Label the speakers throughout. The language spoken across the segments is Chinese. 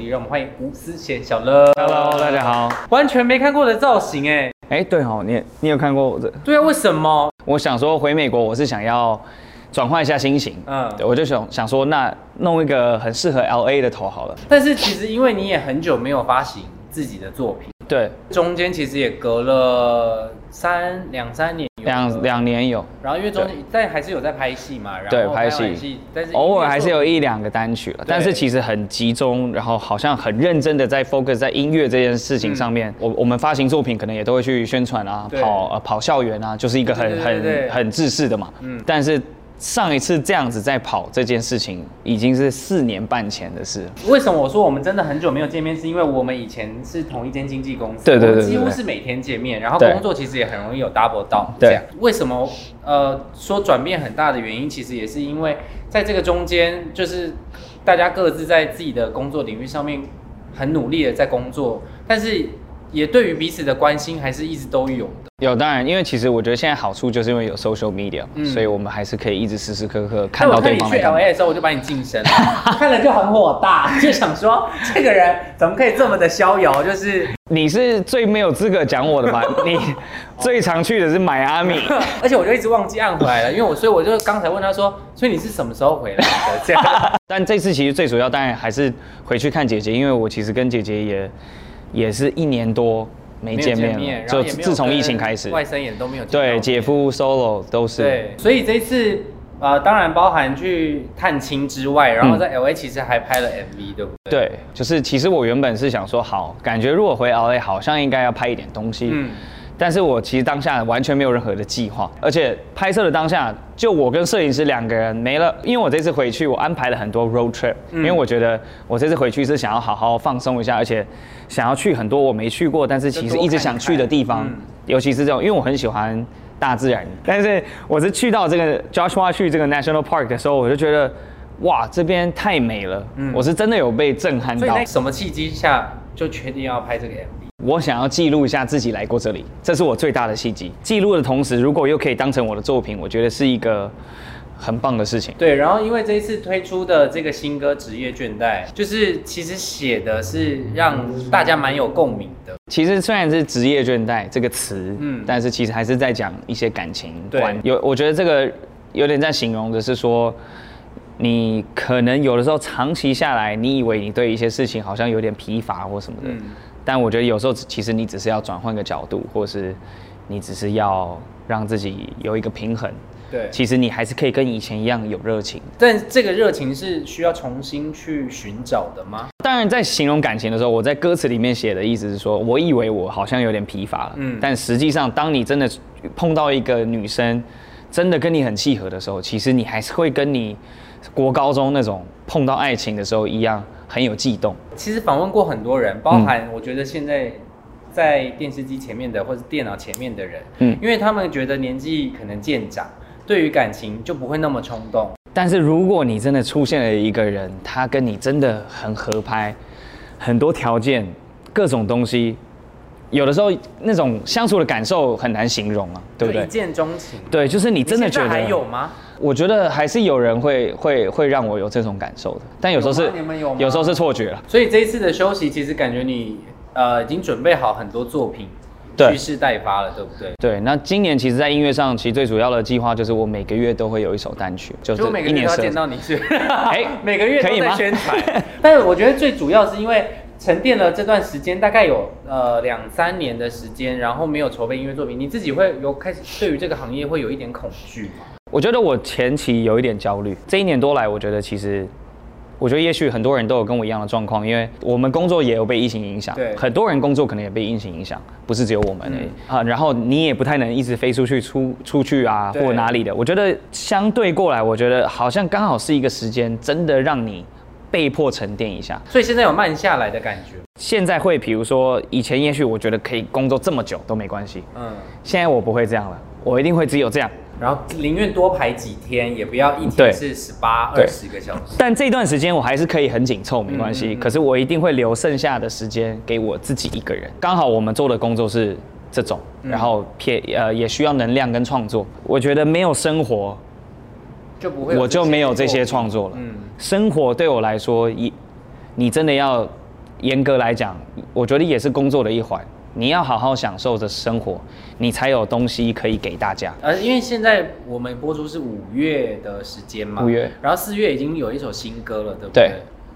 Speaker 1: 里，让我们欢迎吴思贤小乐。
Speaker 2: Hello，大家好。
Speaker 1: 完全没看过的造型哎，
Speaker 2: 哎、对哦，你也你有看过我这？
Speaker 1: 对啊，为什么？
Speaker 2: 我想说回美国，我是想要转换一下心情。
Speaker 1: 嗯
Speaker 2: 嗯，对，我就想想说，那弄一个很适合 LA 的头好了。
Speaker 1: 但是其实因为你也很久没有发行自己的作品，
Speaker 2: 对，
Speaker 1: 中间其实也隔了三两三年有了，
Speaker 2: 两两年有，
Speaker 1: 然后因为中间但还是有在拍戏嘛，然后
Speaker 2: 对，拍
Speaker 1: 完
Speaker 2: 戏，
Speaker 1: 但是
Speaker 2: 偶尔还是有一两个单曲了，但
Speaker 1: 对
Speaker 2: 是其实很集中，然后好像很认真的在 focus 在音乐这件事情上面。我我们发行作品可能也都会去宣传啊，
Speaker 1: 嗯对
Speaker 2: 跑呃跑校园啊，就是一个很
Speaker 1: 对对对对对
Speaker 2: 很很自私的嘛。
Speaker 1: 嗯
Speaker 2: 嗯，但是。上一次这样子在跑这件事情，已经是四年半前的事了。
Speaker 1: 为什么我说我们真的很久没有见面，是因为我们以前是同一间经纪公司，
Speaker 2: 对对对
Speaker 1: 我们几
Speaker 2: 对
Speaker 1: 乎
Speaker 2: 对
Speaker 1: 是每天见面，然后
Speaker 2: 对
Speaker 1: 工作其实也很容易有 double 到。
Speaker 2: 对
Speaker 1: 这样，为什么呃说转变很大的原因，其实也是因为在这个中间，就是大家各自在自己的工作领域上面很努力的在工作，但是也对于彼此的关心还是一直都有的。
Speaker 2: 有，当然，因为其实我觉得现在好处就是因为有 social media，嘛、
Speaker 1: 嗯
Speaker 2: 所以我们还是可以一直时时刻刻看到
Speaker 1: 我看
Speaker 2: 对
Speaker 1: 你
Speaker 2: 方
Speaker 1: 去
Speaker 2: 在干
Speaker 1: L
Speaker 2: 嘛。
Speaker 1: A 的时候，我就把你晋升了， 看了就很火大，就想说这个人怎么可以这么的逍遥，就是。
Speaker 2: 你是最没有资格讲我的吧？ 你最常去的是迈阿密，
Speaker 1: 而且我就一直忘记按回来了，因为我所以我就刚才问他说，所以你是什么时候回来的？这样
Speaker 2: 但这次其实最主要当然还是回去看姐姐，因为我其实跟姐姐也也是一年多 没见面了，
Speaker 1: 然后
Speaker 2: 就
Speaker 1: 也没有
Speaker 2: 自从
Speaker 1: 跟
Speaker 2: 疫情开始，
Speaker 1: 外甥也都没有见到
Speaker 2: 对
Speaker 1: 面
Speaker 2: 姐夫 solo 都是。
Speaker 1: 对，所以这次呃，当然包含去探亲之外，然后在 L A 其实还拍了 MV，对不对？
Speaker 2: 嗯对，就是其实我原本是想说，好，感觉如果回 LA 好像应该要拍一点东西，
Speaker 1: 嗯
Speaker 2: 但是我其实当下完全没有任何的计划，而且拍摄的当下就我跟摄影师两个人没了，因为我这次回去我安排了很多 road trip，、因为我觉得我这次回去是想要好好放松一下，而且想要去很多我没去过，但是其实一直想去的地方，
Speaker 1: 就多看一看嗯
Speaker 2: 尤其是这种，因为我很喜欢大自然，但是我是去到这个 Joshua 去这个 National Park 的时候，我就觉得。哇，这边太美了！
Speaker 1: 嗯
Speaker 2: 我是真的有被震撼
Speaker 1: 所以
Speaker 2: 到
Speaker 1: 在。什么契机下就确定要拍这个 MV？
Speaker 2: 我想要记录一下自己来过这里，这是我最大的契机。记录的同时，如果又可以当成我的作品，我觉得是一个很棒的事情。
Speaker 1: 对，然后因为这一次推出的这个新歌《职业倦怠》，就是其实写的是让大家蛮有共鸣的。
Speaker 2: 其实虽然是“职业倦怠”这个词，
Speaker 1: 嗯
Speaker 2: 嗯，但是其实还是在讲一些感情
Speaker 1: 对
Speaker 2: 观。有，我觉得这个有点在形容的是说，你可能有的时候长期下来，你以为你对一些事情好像有点疲乏或什么的，
Speaker 1: 嗯
Speaker 2: 但我觉得有时候其实你只是要转换个角度，或是你只是要让自己有一个平衡。
Speaker 1: 对，
Speaker 2: 其实你还是可以跟以前一样有热情。
Speaker 1: 但这个热情是需要重新去寻找的吗？
Speaker 2: 当然，在形容感情的时候，我在歌词里面写的意思是说，我以为我好像有点疲乏了，
Speaker 1: 嗯
Speaker 2: 嗯，但实际上，当你真的碰到一个女生，真的跟你很契合的时候，其实你还是会跟你国高中那种碰到爱情的时候一样，很有悸动。
Speaker 1: 其实访问过很多人，包含
Speaker 2: 嗯
Speaker 1: 我觉得现在在电视机前面的或者电脑前面的人，
Speaker 2: 嗯
Speaker 1: 因为他们觉得年纪可能渐长，对于感情就不会那么冲动。
Speaker 2: 但是如果你真的出现了一个人，他跟你真的很合拍，很多条件，各种东西，有的时候那种相处的感受很难形容啊，对不
Speaker 1: 就
Speaker 2: 对
Speaker 1: 一？见钟情。
Speaker 2: 对，就是你
Speaker 1: 你
Speaker 2: 真的觉
Speaker 1: 现
Speaker 2: 得
Speaker 1: 在还有吗？
Speaker 2: 我觉得还是有人会会会让我有这种感受的，但有时候
Speaker 1: 有
Speaker 2: 是
Speaker 1: 吗你们有吗
Speaker 2: 时候是错觉了。
Speaker 1: 所以这一次的休息，其实感觉你呃已经准备好很多作品，
Speaker 2: 对
Speaker 1: 蓄势待发了，对不对？
Speaker 2: 对，那今年其实，在音乐上，其实最主要的计划就是我每个月都会有一首单曲，就是
Speaker 1: 就每个
Speaker 2: 一
Speaker 1: 月
Speaker 2: 年
Speaker 1: 都要
Speaker 2: 十二
Speaker 1: 见到你是，
Speaker 2: 哎
Speaker 1: 每个月
Speaker 2: 可
Speaker 1: 都
Speaker 2: 以
Speaker 1: 在
Speaker 2: 吗
Speaker 1: 宣传。 但我觉得最主要是因为沉淀了这段时间，大概有呃两三年的时间，然后没有筹备音乐作品，你自己会有开始对于这个行业会有一点恐惧吗？
Speaker 2: 我觉得我前期有一点焦虑，这一年多来，我觉得其实，我觉得也许很多人都有跟我一样的状况，因为我们工作也有被疫情影响，
Speaker 1: 对
Speaker 2: 很多人工作可能也被疫情影响，不是只有我们而已、啊。然后你也不太能一直飞出去出出去啊，
Speaker 1: 对
Speaker 2: 或哪里的。我觉得相对过来，我觉得好像刚好是一个时间，真的让你被迫沉淀一下。
Speaker 1: 所以现在有慢下来的感觉，
Speaker 2: 现在会，比如说以前也许我觉得可以工作这么久都没关系，
Speaker 1: 嗯，
Speaker 2: 现在我不会这样了，我一定会只有这样。
Speaker 1: 然后宁愿多排几天，也不要一天
Speaker 2: 对
Speaker 1: 是十八
Speaker 2: 对
Speaker 1: 二十个小时。
Speaker 2: 但这段时间我还是可以很紧凑，没关系。
Speaker 1: 嗯嗯嗯
Speaker 2: 可是我一定会留剩下的时间给我自己一个人。刚好我们做的工作是这种，
Speaker 1: 嗯
Speaker 2: 然后偏呃也需要能量跟创作。我觉得没有生活，
Speaker 1: 就不会有
Speaker 2: 我就
Speaker 1: 些
Speaker 2: 没有这些
Speaker 1: 作
Speaker 2: 创作了。
Speaker 1: 品嗯，
Speaker 2: 生活对我来说，一你真的要严格来讲，我觉得也是工作的一环。你要好好享受着生活，你才有东西可以给大家。
Speaker 1: 呃，因为现在我们播出是五月的时间嘛，
Speaker 2: 五月，
Speaker 1: 然后四月已经有一首新歌了，对不
Speaker 2: 对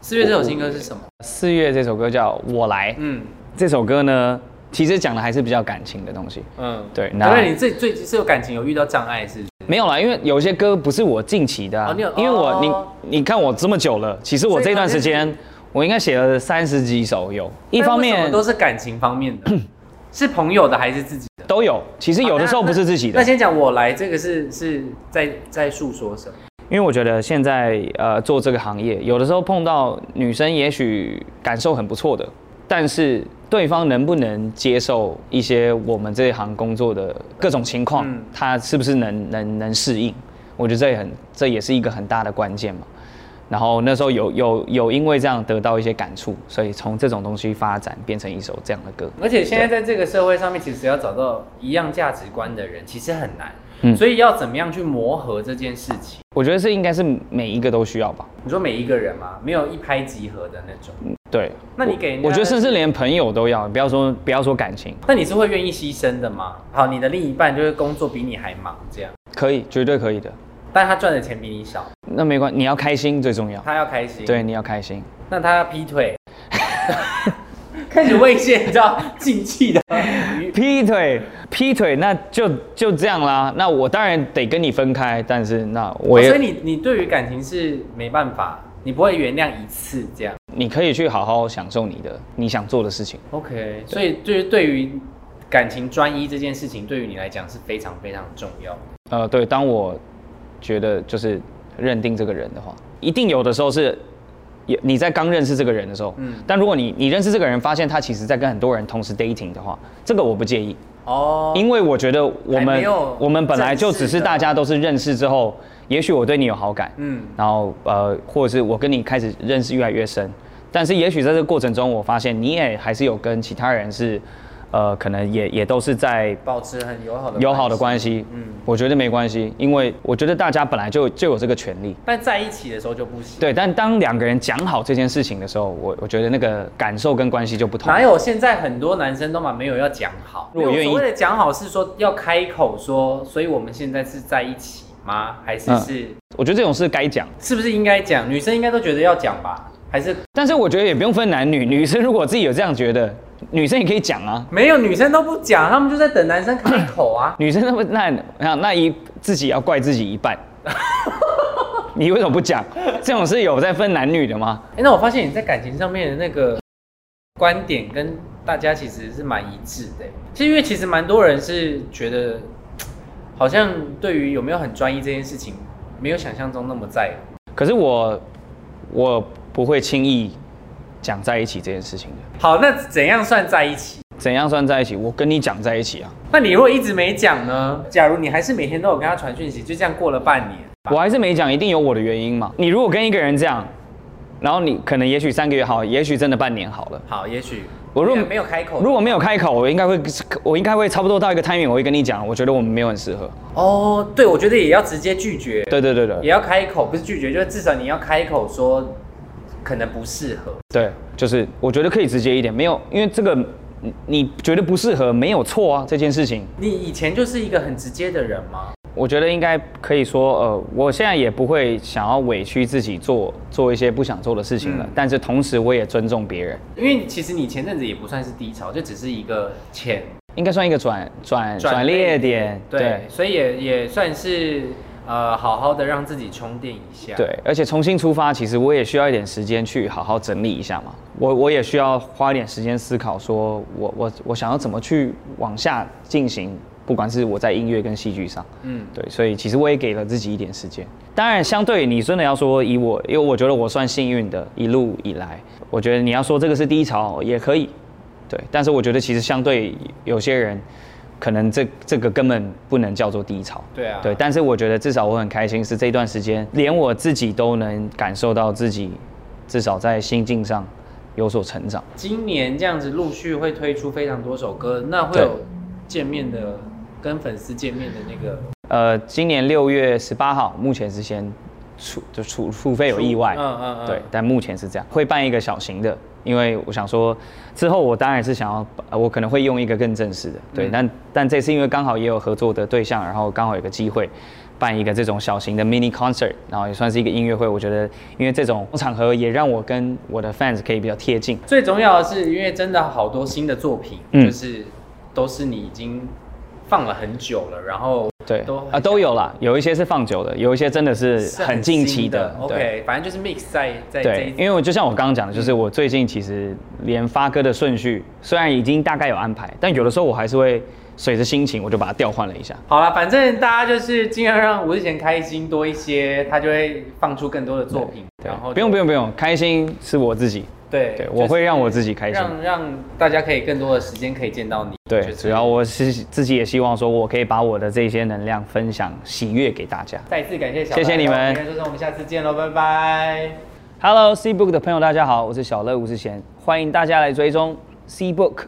Speaker 1: 四月这首新歌是什么？
Speaker 2: 四月这首歌叫《我来》，
Speaker 1: 嗯
Speaker 2: 这首歌呢，其实讲的还是比较感情的东西。
Speaker 1: 嗯，
Speaker 2: 对那
Speaker 1: 那你最最是有感情有遇到障碍是不是？
Speaker 2: 没有啦，因为有些歌不是我近期的、啊
Speaker 1: 哦你有
Speaker 2: 因为我、
Speaker 1: 哦
Speaker 2: 你你看我这么久了，其实我
Speaker 1: 所以
Speaker 2: 这段
Speaker 1: 好像
Speaker 2: 时间我应该写了三十几首有，一
Speaker 1: 但
Speaker 2: 方
Speaker 1: 为什
Speaker 2: 面
Speaker 1: 么都是感情方面 的，是朋友的还是自己的？
Speaker 2: 都有，其实有的时候不是自己的
Speaker 1: 那，先讲我来这个是是在在诉说什么？
Speaker 2: 因为我觉得现在呃做这个行业，有的时候碰到女生也许感受很不错的，但是对方能不能接受一些我们这一行工作的各种情况，
Speaker 1: 嗯
Speaker 2: 他是不是能能能适应？我觉得这也很这也是一个很大的关键嘛。然后那时候有有有因为这样得到一些感触，所以从这种东西发展变成一首这样的歌。
Speaker 1: 而且现在在这个社会上面，其实要找到一样价值观的人，其实很难。
Speaker 2: 嗯
Speaker 1: 所以要怎么样去磨合这件事情？
Speaker 2: 我觉得这应该是每一个都需要吧。
Speaker 1: 你说每一个人嘛，没有一拍即合的那种。
Speaker 2: 对，
Speaker 1: 那你给人家
Speaker 2: 我我觉得甚至连朋友都要，不要说不要说感情，
Speaker 1: 那你是会愿意牺牲的吗？好，你的另一半就是工作比你还忙这样，
Speaker 2: 可以，绝对可以的。
Speaker 1: 但他赚的钱比你少，
Speaker 2: 那没关你要开心最重要。
Speaker 1: 他要开心。，
Speaker 2: 对，你要开心。
Speaker 1: 那他劈 腿，开始问一些你知道禁忌的语。
Speaker 2: 劈腿，劈腿，那就就这样啦。那我当然得跟你分开，但是那 我也、
Speaker 1: 哦所以你你对于感情是没办法，你不会原谅一次这样。
Speaker 2: 你可以去好好享受你的你想做的事情。
Speaker 1: OK，所以就是对于感情专一这件事情，对于你来讲是非常非常重要的。
Speaker 2: 呃，对，当我觉得就是认定这个人的话，一定有的时候是。也你在刚认识这个人的时候，嗯
Speaker 1: 嗯，
Speaker 2: 但如果你你认识这个人，发现他其实在跟很多人同时 dating 的话，这个我不介意，
Speaker 1: 哦
Speaker 2: 因为我觉得我
Speaker 1: 还
Speaker 2: 们
Speaker 1: 没有
Speaker 2: 我们本来就只
Speaker 1: 正式
Speaker 2: 是
Speaker 1: 的
Speaker 2: 大家都是认识之后，也许我对你有好感，
Speaker 1: 嗯，
Speaker 2: 然后呃，或者是我跟你开始认识越来越深，但是也许在这个过程中，我发现你也还是有跟其他人是，呃，可能也也都是在
Speaker 1: 保持很友好的
Speaker 2: 友好的关系，嗯
Speaker 1: 嗯，
Speaker 2: 我觉得没关系，因为我觉得大家本来就就有这个权利。
Speaker 1: 但在一起的时候就不行。，
Speaker 2: 对，但当两个人讲好这件事情的时候，我我觉得那个感受跟关系就不同
Speaker 1: 哪。有现在很多男生都嘛没有要讲好，
Speaker 2: 如果愿意
Speaker 1: 没有所谓的讲好是说要开口说，所以我们现在是在一起吗？还是
Speaker 2: 嗯
Speaker 1: 是、
Speaker 2: 我觉得这种事该讲，
Speaker 1: 是不是应该讲？女生应该都觉得要讲吧？还是
Speaker 2: 但是我觉得也不用分男女，女生如果自己有这样觉得，女生也可以讲啊。。
Speaker 1: 没有女生都不讲，他们就在等男生开口啊
Speaker 2: 女生那么那那那一自己要怪自己一半， 你为什么不讲？这种是有在分男女的吗？
Speaker 1: 哎、那我发现你在感情上面的那个观点跟大家其实是蛮一致的欸。其实因为其实蛮多人是觉得，好像对于有没有很专一这件事情，没有想象中那么在乎。
Speaker 2: 可是我我不会轻易讲在一起这件事情的。
Speaker 1: 好，那怎样算在一起？
Speaker 2: 怎样算在一起？我跟你讲在一起啊，
Speaker 1: 那你如果一直没讲呢？假如你还是每天都有跟他传讯息，就这样过了半年，
Speaker 2: 我还是没讲，一定有我的原因嘛。你如果跟一个人这样，然后你可能也许三个月好，也许真的半年好了。
Speaker 1: 好，也许
Speaker 2: 我如果
Speaker 1: 没有开口，
Speaker 2: 如果没有开口，我应该会，我应该会差不多到一个 timing，我会跟你讲，我觉得我们没有很适合。
Speaker 1: 哦，对，我觉得也要直接拒绝，
Speaker 2: 对对对对
Speaker 1: 也要开口，不是拒绝，就是至少你要开口说，可能不适合。
Speaker 2: 对，就是我觉得可以直接一点，没有，因为这个你你觉得不适合，没有错啊，这件事情，
Speaker 1: 你以前就是一个很直接的人吗？
Speaker 2: 我觉得应该可以说，呃，我现在也不会想要委屈自己做做一些不想做的事情了，
Speaker 1: 嗯
Speaker 2: 但是同时我也尊重别人，
Speaker 1: 因为其实你前阵子也不算是低潮，就只是一个浅
Speaker 2: 应该算一个转转转
Speaker 1: 捩
Speaker 2: 捩点，
Speaker 1: 对，所以也也算是呃好好的让自己充电一下。，
Speaker 2: 对，而且重新出发，其实我也需要一点时间去好好整理一下嘛。我我也需要花一点时间思考，说我我我想要怎么去往下进行，不管是我在音乐跟戏剧上，
Speaker 1: 嗯，
Speaker 2: 对，所以其实我也给了自己一点时间。当然，相对你真的要说以我，因为我觉得我算幸运的，一路以来，我觉得你要说这个是低潮也可以，对。但是我觉得其实相对有些人，可能这这个根本不能叫做低潮。
Speaker 1: 对啊
Speaker 2: 对，但是我觉得至少我很开心，是这段时间连我自己都能感受到自己，至少在心境上有所成长。
Speaker 1: 今年这样子陆续会推出非常多首歌，那会
Speaker 2: 对
Speaker 1: 有见面的跟粉丝见面的那个
Speaker 2: 呃，今年六月十八号，目前是先除就除除非有意外，
Speaker 1: 嗯嗯嗯
Speaker 2: 对，但目前是这样，会办一个小型的，因为我想说，之后我当然也是想要，呃我可能会用一个更正式的，
Speaker 1: 嗯
Speaker 2: 对，但但这次因为刚好也有合作的对象，然后刚好有个机会办一个这种小型的 mini concert，然后也算是一个音乐会，我觉得因为这种场合也让我跟我的 fans 可以比较贴近，
Speaker 1: 最重要的是，因为真的好多新的作品，
Speaker 2: 嗯
Speaker 1: 就是都是你已经放了很久了，然后
Speaker 2: 对
Speaker 1: 都，
Speaker 2: 啊都有啦，有一些是放久的，有一些真的
Speaker 1: 是
Speaker 2: 是很近期
Speaker 1: 新
Speaker 2: 的
Speaker 1: 的。
Speaker 2: 对。
Speaker 1: OK，反正就是 mix 在在这
Speaker 2: 对
Speaker 1: 一，嗯
Speaker 2: 因为我就像我刚刚讲的，就是我最近其实连发歌的顺序虽然已经大概有安排，但有的时候我还是会随着心情，我就把它调换了一下。
Speaker 1: 好了，反正大家就是尽量让吴志贤开心多一些，他就会放出更多的作品。
Speaker 2: 对
Speaker 1: 然后，
Speaker 2: 不用不
Speaker 1: 用，
Speaker 2: 用不用，开心是我自己，
Speaker 1: 对
Speaker 2: 对
Speaker 1: 就
Speaker 2: 我会
Speaker 1: 是
Speaker 2: 让我自己开心。
Speaker 1: 让让大家可以更多的时间可以见到你。
Speaker 2: 对，
Speaker 1: 是
Speaker 2: 主要我是自己也希望说，我可以把我的这些能量分享喜悦给大家。
Speaker 1: 再次感谢小白，
Speaker 2: 谢谢你们
Speaker 1: 那就是我们下次见喽，拜拜。
Speaker 2: Hello C Book 的朋友，大家好，我是小乐吴志贤，欢迎大家来追踪 C Book